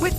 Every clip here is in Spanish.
With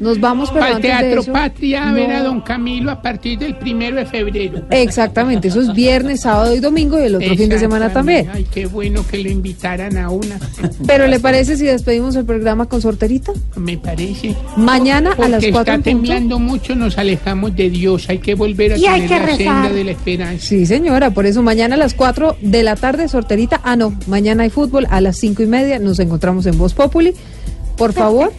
Nos vamos, pero Al Pues, antes de Teatro eso- Patria a ver a No. Don Camilo a partir del primero de febrero. Exactamente, eso es viernes, sábado y domingo y el otro fin de semana también. Ay, qué bueno que lo invitaran a una, Pero ¿le parece si despedimos el programa con sorterita? me parece. Mañana a Porque las cuatro está en punto. temblando mucho, nos alejamos de Dios. Hay que volver a Y hay tener que la rezar. senda de la esperanza. Sí, señora, por eso mañana a las 4 de la tarde, sorterita. Ah, no, mañana hay fútbol a las 5 y media. Nos encontramos en Voz Populi. Por favor,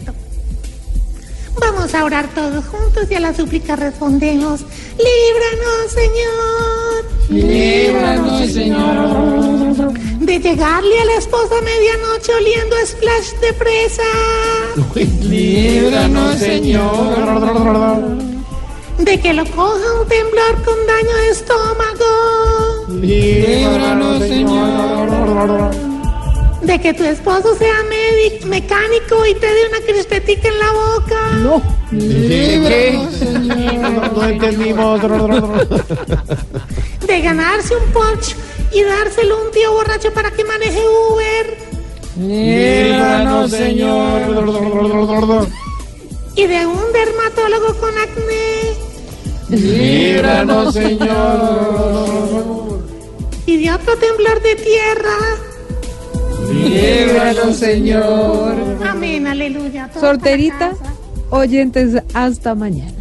Vamos a orar todos juntos y a la súplica respondemos. Líbranos, Señor. Líbranos, Señor. De llegarle a la esposa a medianoche oliendo a splash de presa. Líbranos, Señor. De que lo coja un temblor con daño de estómago. Líbranos, Señor. De que tu esposo sea médic- mecánico y te dé una crispetica en la boca. No entendimos. de ganarse un Porsche y dárselo a un tío borracho para que maneje Uber Líbranos, Señor. y de un dermatólogo con acné Líbranos, Señor. y de otro temblor de tierra. Líbranos, Señor. Amén, aleluya. Todos para sorterita, casa. oyentes, hasta mañana.